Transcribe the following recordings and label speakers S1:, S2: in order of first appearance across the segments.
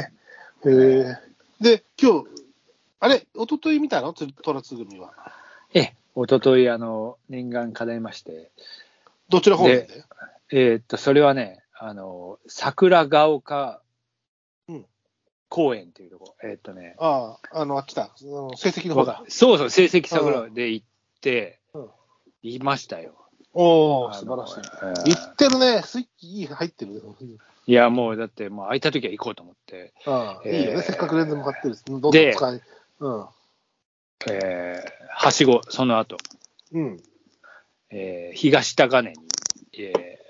S1: へえ。で、今日、あれ、一昨日見たのつトラツ組は。
S2: ええ、おととい、あの、念願叶いまして、
S1: どちら方面で
S2: えーっと、それはね、あの、桜ヶ丘
S1: うん
S2: 公園っていうとこ、えーっとね、
S1: ああ、あの、あっちだ。あの成績の方だ。
S2: そうそう、成績桜で行って
S1: うん、
S2: いましたよ。
S1: お
S2: あ
S1: お、
S2: の
S1: 素晴らしい。
S2: うん
S1: 言ってるね。スイッチいい入ってるね。
S2: いや、もうだって、もう空いた時は行こうと思って、
S1: ああ
S2: えー
S1: いいよね。せっかくレンズも買ってるし。どんどん
S2: で
S1: 使い。うん。
S2: えーはしご、その後、
S1: うん。
S2: えー東高根に、えー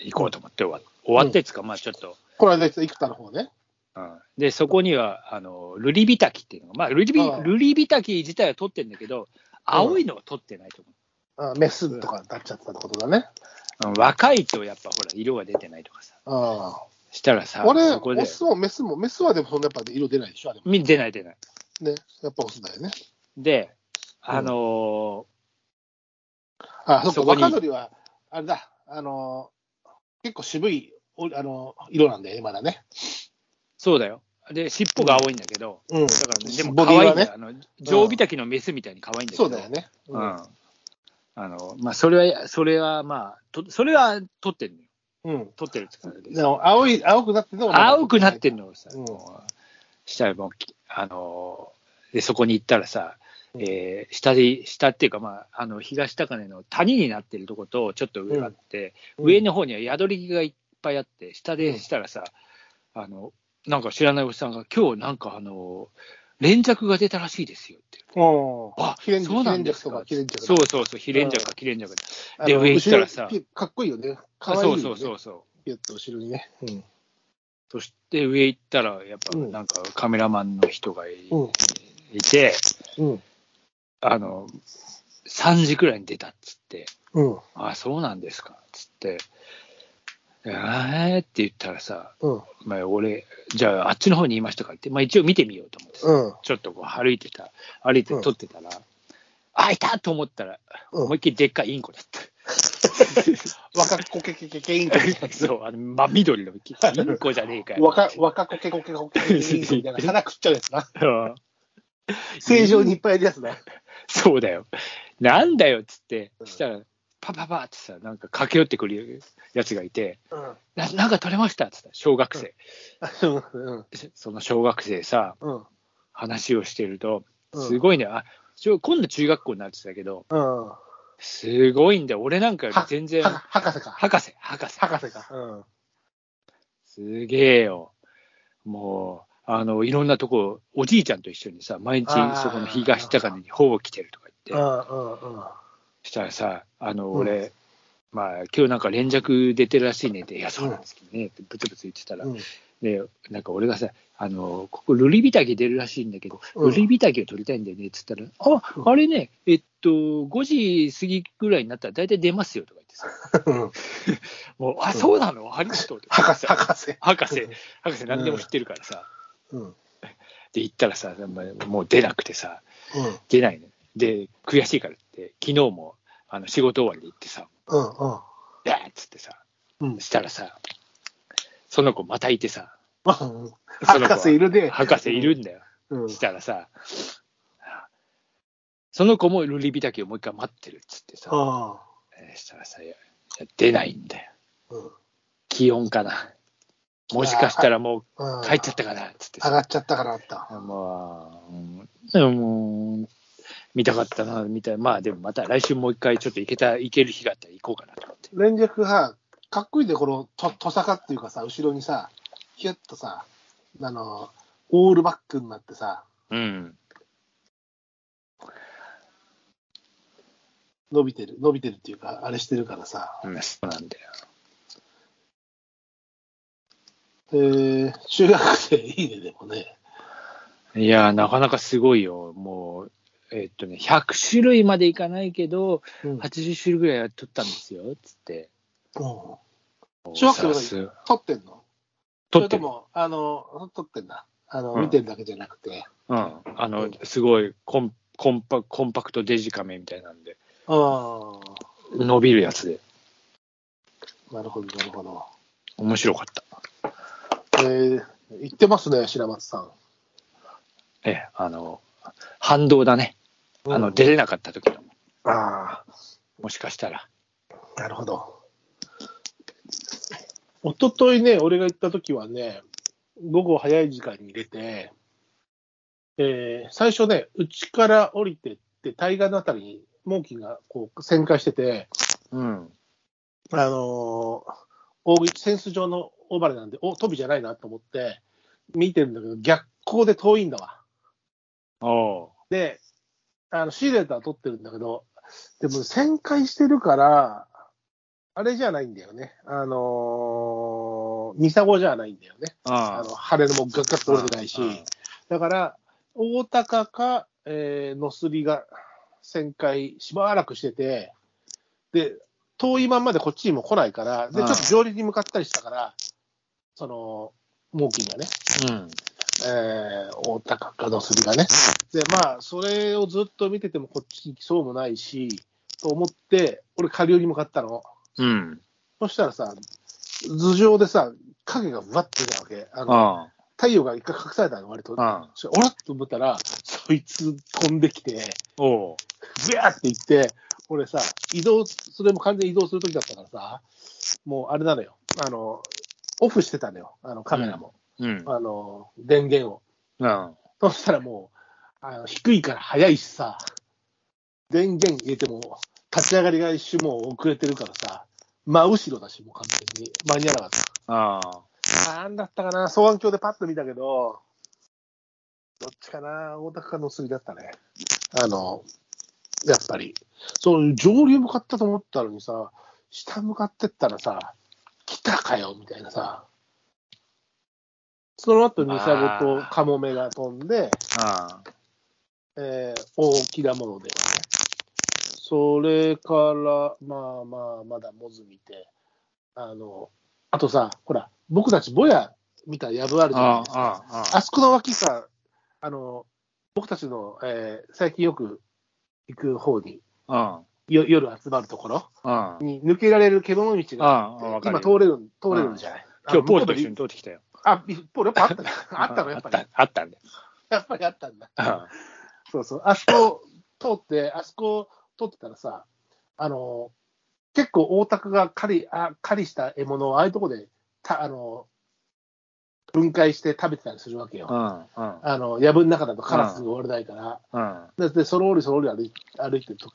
S2: 行こうと思って終わ終わってつか、まあちょっと、
S1: この間言ってた幾多の方ね。
S2: うんで、そこには、あの、ルリビタキっていうのが、まあ、ルリビ
S1: うん
S2: ルリビタキ自体は取ってんだけど、青いのは取ってないと思
S1: ああメスとかになっちゃったってことだね。
S2: う。うん若いとやっぱほら、色が出てないとかさ。
S1: あ
S2: したら
S1: あ
S2: さ、
S1: 俺、
S2: そこで
S1: オ、スもメスも、メスはでもそんなやっぱ色出ないでしょ、あれも。
S2: み出ない出ない。
S1: ね。やっぱオスだよね。
S2: で、あの
S1: ああ、そ
S2: そ
S1: っ
S2: こ
S1: か。
S2: に
S1: 若鳥は、あれだ。あの、結構渋い、おあの、色なんだよね、まだね。
S2: そうだよ。で、尻尾が青いんだけど、
S1: うん。
S2: だからね、でも
S1: ボデ
S2: 可
S1: ィ
S2: 愛い
S1: は
S2: んだよ。
S1: ね。
S2: あの、常備滝のメスみたいに可愛いんだけど。
S1: そうだよね。
S2: うん。あの、まあ、それは、それは、まあ、とそれは取ってるのよ。
S1: うん。
S2: 取ってるって言ってたんだけど
S1: でも青い、青くなってても
S2: 青くなってんのをさ、
S1: うん
S2: もうしたらもうき、あのーで、そこに行ったらさ、
S1: うん
S2: えー下で、下っていうか、まあ、あの、東高根の谷になってるとこと、ちょっと上があって、
S1: うん
S2: 上の方には宿り木がいっぱいあって、下でしたらさ、あの、なんか知らないおじさんが、今日なんかあの、連着が出たらしいですよって。
S1: うん。
S2: あ、
S1: ヒレンジ
S2: そうなんですか
S1: ヒレンジとかヒレンジとか
S2: そうそうそう、ヒレンジャか、ヒレンジャか。で
S1: あの
S2: 上行ったらさ
S1: 後ろにかっこいいよね。か
S2: あ
S1: わいい
S2: そ
S1: よ、ね。。
S2: うそうそううそう。
S1: ピュッと後ろにね。うん。
S2: そして上行ったら、やっぱ
S1: うん
S2: なんかカメラマンの人がい,、
S1: うん
S2: て、
S1: うん。
S2: あの、3時くらいに出たっつって、
S1: うん。
S2: あそうなんですか、っつって、えーって言ったらさ、
S1: うん。
S2: まあ、俺、じゃああっちの方にいましたからって、まあ一応見てみようと思ってさ、
S1: うん。
S2: ちょっとこう歩いてた、歩いて
S1: うん
S2: 撮ってたら、あ、いたと思ったら、
S1: うん
S2: 思いっきりでっかいインコだった。
S1: 若こけけけけインコ。
S2: そう、あの真緑のきインコじゃねえかよ。
S1: 若、若こけこけこけ けインコみたいな。鼻食っちゃうやつな。
S2: うん
S1: 正常にいっぱいいるやつだ。
S2: そうだよ。なんだよっつって
S1: う、ん
S2: したら、パパパってさ、なんか駆け寄ってくるやつがいて、
S1: うん。
S2: ななんか取れましたっつった、小学生。
S1: うん。
S2: その小学生さ、
S1: うん。
S2: 話をしてると、
S1: うん
S2: すごいね、あちょ今度中学校になってたけど、
S1: うん。
S2: すごいんだよ、俺なんかより全然、
S1: は博士か。
S2: 博士、博士、
S1: 博士か。うん。
S2: すげえよ。もう、あの、いろんなとこ、おじいちゃんと一緒にさ、毎日
S1: あー
S2: そこの東高根にほぼ来てるとか
S1: う
S2: 言って、
S1: んうんうん。
S2: したらさ、あの、
S1: うん
S2: 俺、まあ、今日なんか連着出てるらしいねって、いや、そうなんですけどね、ってブツブツ言ってたら、
S1: うん
S2: で、なんか俺がさ、あの、ここ、ルリビタキ出るらしいんだけど、
S1: うん
S2: ルリビタキを取りたいんだよねって言ったら、あ、あれね、えっと、5時過ぎぐらいになったら大体出ますよとか言ってさ、
S1: うん。
S2: もう、あ、そうなのありがとうとか
S1: 博士、博士。
S2: 博士、博士何でも知ってるからさ、
S1: うん。うん。
S2: で行ったらさ、まあもう出なくてさ、出ないね。で、悔しいからって、昨日もあの仕事終わりで行ってさ、
S1: うんうん。
S2: えーっつってさ、
S1: うん。
S2: したらさ、その子またいてさ、
S1: 博士いるで。
S2: 博士いるんだよ。
S1: うん。うん。
S2: したらさ、その子もルリビタキをもう一回待ってるっつってさ、
S1: あ
S2: えーしたらさ、いやいや出ないんだよ。
S1: あ。うん。
S2: 気温かな。もしかしたらも
S1: うん
S2: う帰っちゃったかなっつって
S1: 上
S2: さ、
S1: がっちゃったからあった。
S2: まあ、うんでももう、見たかったな、みたいな。まあでもまた来週もう一回ちょっと行けた、行ける日があったら行こうかなと思って。
S1: 連弱さ、かっこいいで、このと、とさかっていうかさ、後ろにさ、ひゅっとさ、あの、オールバックになってさ、
S2: うん。
S1: 伸びてる、伸びてるっていうか、あれしてるからさ。
S2: うん、そうなんだよ。
S1: えー、中学生いいね、でもね。
S2: いやー、なかなかすごいよ。もう、えーっとね、100種類までいかないけど、
S1: うん。
S2: 80種類ぐらいは取ったんですよ、つって。
S1: 小学生
S2: さ
S1: は
S2: す
S1: 撮ってんの
S2: 取っ
S1: それと
S2: てる
S1: も、あの、撮ってんだ。あの、
S2: うん
S1: 見てるだけじゃなくて。
S2: うん。あの、
S1: うん
S2: すごいコンコンパ、コンパクトデジカメみたいなんで、
S1: ああ、
S2: 伸びるやつで、
S1: なるほど、なるほど。
S2: 面白かった。
S1: えー、言ってますね、白松さん。
S2: ええ、あの、反動だね。あの、出れなかった時の、
S1: あ
S2: もしかしたら。
S1: あ、なるほど。一昨日ね、俺が行った時はね、午後早い時間に出て、えー最初ね、うちから降りてって、対岸のあたりに、猛禽がこう旋回してて、
S2: うん。
S1: あのー大食い、センス上の大バレなんで、お、飛びじゃないなと思って、見てるんだけど、逆光で遠いんだわ。
S2: おう
S1: で、あのシーレーター撮ってるんだけど、でも旋回してるから、あれじゃないんだよね。あのーミサゴじゃないんだよね。あ
S2: あ
S1: の、晴れのもガッガッと折れてないし。だから、大高か、えー、のすりが旋回しばらくしてて、で、遠いまんまでこっちにも来ないから、で、ち
S2: う
S1: ょ
S2: ん
S1: っと上流に向かったりしたから、その、猛禽がね、
S2: うん。
S1: えー、大高かのすりがね。で、まあ、それをずっと見ててもこっちに来そうもないし、と思って、俺、下流に向かったの。
S2: うん。
S1: そしたらさ、頭上でさ、影がわって出たわけ。あの
S2: あ
S1: 太陽が一回隠されたの、割と。
S2: あ。
S1: それおらっと思ったら、そいつ飛んできて、
S2: おう
S1: ブヤーって行って、俺さ、移動、それも完全に移動するときだったからさ、もうあれなのよ。あの、オフしてたのよ。あの、カメラも。
S2: うん。
S1: あの、電源を。
S2: うん。
S1: そしたらもう、あの低いから速いしさ、電源入れても、立ち上がりが一瞬もう遅れてるからさ、真後ろだし、もう完全に。間に合わなかっ
S2: ああ。
S1: た。なんだったかな、双眼鏡でパッと見たけど、どっちかな、大高かのすりだったね。あの、やっぱり。そう、上流向かったと思ったのにさ、下向かってったらさ、来たかよ、みたいなさ。その後、ミサゴとカモメが飛んで、
S2: ああ。
S1: えー大きなもので、ね、それから、まあまあ、まだモズ見て、あの、あとさ、ほら、僕たちボヤ見たやぶあるじゃない
S2: あ
S1: ですか。
S2: あ。あ
S1: あそこの脇さ、あの、僕たちの、えー最近よく行く方に、
S2: あ。あ
S1: よ夜集まるところ
S2: あ。
S1: に抜けられる獣道
S2: あ
S1: があ
S2: あ。わ
S1: っ
S2: か
S1: て、
S2: る
S1: 今。通れる、通れるじゃない。
S2: 今日ポールと一
S1: に。
S2: 緒に通ってきたよ。
S1: あ、ポールやっぱあった ねあったの、やっぱり。
S2: あったんだよ。
S1: やっぱりあったんだ。
S2: あ
S1: そうそう、あそこ通って、あそこ通ってたらさ、あの、結構大田区が狩り、あ狩りした獲物をああいうとこで、たあの、分解して食べてたりするわけよ。
S2: あ。うん。うん。
S1: あの、藪の中だとカラスが折れないから。
S2: う
S1: で、
S2: ん。
S1: でそろりそろり歩い歩いてると、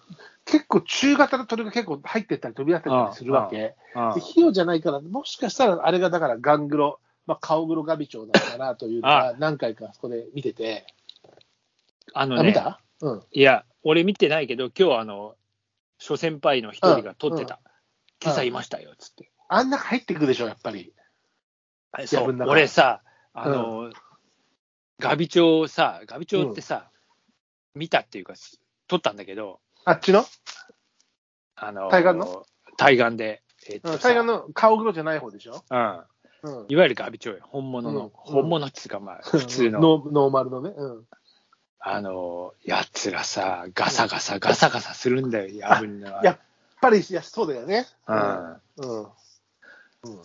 S1: 結構中型の鳥が結構入ってったり飛び出ってたりするわけ。
S2: あ
S1: で、費用じゃないから、もしかしたらあれがだからガングロ、まあ、カオグロガビチョウなのかなというのは何回かそこで見てて。
S2: あ
S1: あ
S2: の
S1: 見
S2: ね、
S1: たうん。
S2: いや、俺見てないけど、今日あの、諸先輩の一人が撮ってた。今朝いましたよ、つって。
S1: あん中入ってくるでしょ、やっぱり。
S2: そ
S1: やぶ
S2: うん
S1: 中
S2: 俺さ、あの、ガビチョウをさ、ガビチョウってさ、見たっていうか、撮ったんだけど、
S1: あっちの
S2: あの
S1: 対岸の
S2: 対岸で、えっと
S1: うん
S2: さ
S1: 対岸の顔黒じゃない方でしょ、
S2: うん、
S1: うん、
S2: いわゆるガビチョウよ、本物
S1: う
S2: の、
S1: ん
S2: 本物っつうか、まあ、普通の、
S1: ノーノーマルのね。うん。
S2: あの、やつがさ、ガサガサ、ガサガサするんだよ、やぶんのは。
S1: やっぱり、いや、そうだよね。
S2: うん、
S1: うん。うん。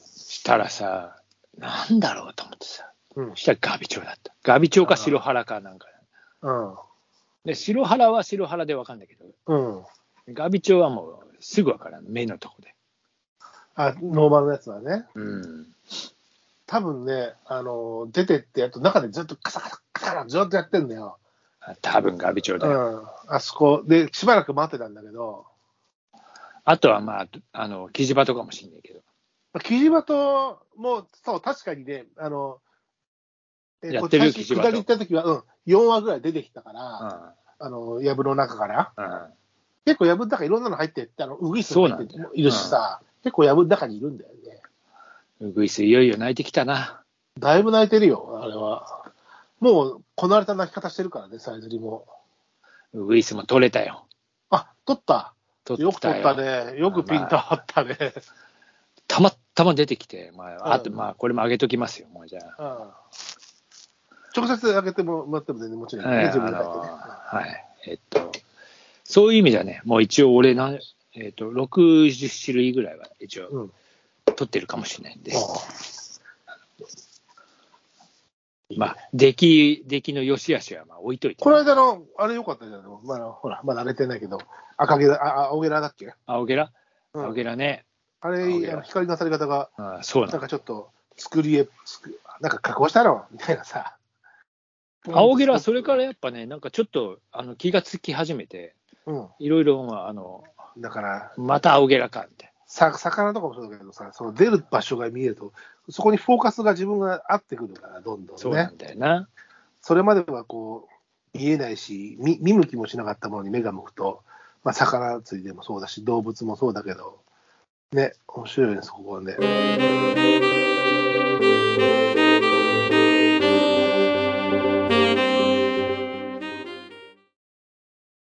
S2: したらさ、なんだろうと思ってさ、
S1: うん
S2: そ。したらガビチョウだった。ガビチョウかシロハラかなんか。で、シロハラはシロハラでわかんないけど、
S1: うん。うん。
S2: ガビチョウはもうすぐわからん、目のとこで。
S1: あ、ノーマルのやつはね。
S2: うん。
S1: 多分ね、あの、出てってやると中でずっとカサカサカサカサずっとやってんだよ。
S2: あ多分ガビチョウ
S1: う
S2: だよ。
S1: ん。あそこで、しばらく待ってたんだけど、
S2: あとはまあ、あの、キジバとかもしんないけど。
S1: キジバトも、そう、確かにね、あの、え
S2: やってる
S1: こう最初
S2: キジバト
S1: 下り行った時は、うん、4話ぐらい出てきたから、
S2: う
S1: あの、藪の中から。
S2: ん。うん。
S1: 結構藪の中いろんなの入ってって、あの、ウグイスも入って
S2: そうなんだよ
S1: いるしさ、結構藪の中にいるんだよね。
S2: うぐいすいよいよ泣いてきたな。
S1: だいぶ泣いてるよ、あれは。もう、こなれた泣き方してるからね、さえずりも。
S2: うぐいすも取れたよ。
S1: あ、取った。
S2: 取
S1: よく取った
S2: よ
S1: ね。よくピンタ張ったね。
S2: たまたま出てきて、まあ、あと、
S1: うん
S2: まあ、これも上げときますよ、もうじゃあ。
S1: うん直接開けてもらっても全然もちろんいい。
S2: ええ
S1: 自分
S2: あ
S1: で
S2: の
S1: 書いてね
S2: はい。えっと、そういう意味ではね、もう一応俺なん、えっと、60種類ぐらいは一
S1: う
S2: 応
S1: ん。
S2: 取ってるかもしれないです。まあ、出来、出来の良し悪しはまあ置いといて。
S1: この間の、あれ良かったじゃないまあ、ほら、まだ荒れてないけど、赤毛だ、あ、あ青毛らだっけ
S2: 青ゲラ
S1: うん
S2: 青ゲラね。
S1: あれ、
S2: 青毛だ
S1: あの光の当たり方が、
S2: ああそうな
S1: なん
S2: の。
S1: かちょっと、作り絵、作なんか加工したのみたいなさ。
S2: 青ゲラはそれからやっぱね、なんかちょっとあの気がつき始めて、
S1: うん。
S2: いろいろ、まあ、あの、
S1: だから、
S2: また青ゲラか、みたい
S1: さ魚とかもそうだけどさ、その出る場所が見えると、そこにフォーカスが自分が合ってくるから、どんどんね。
S2: な。そう
S1: そ
S2: なんだよな。
S1: れまではこう、見えないし見、見向きもしなかったものに目が向くと、まあ、魚釣りでもそうだし、動物もそうだけど、ね、面白いね、そこはね。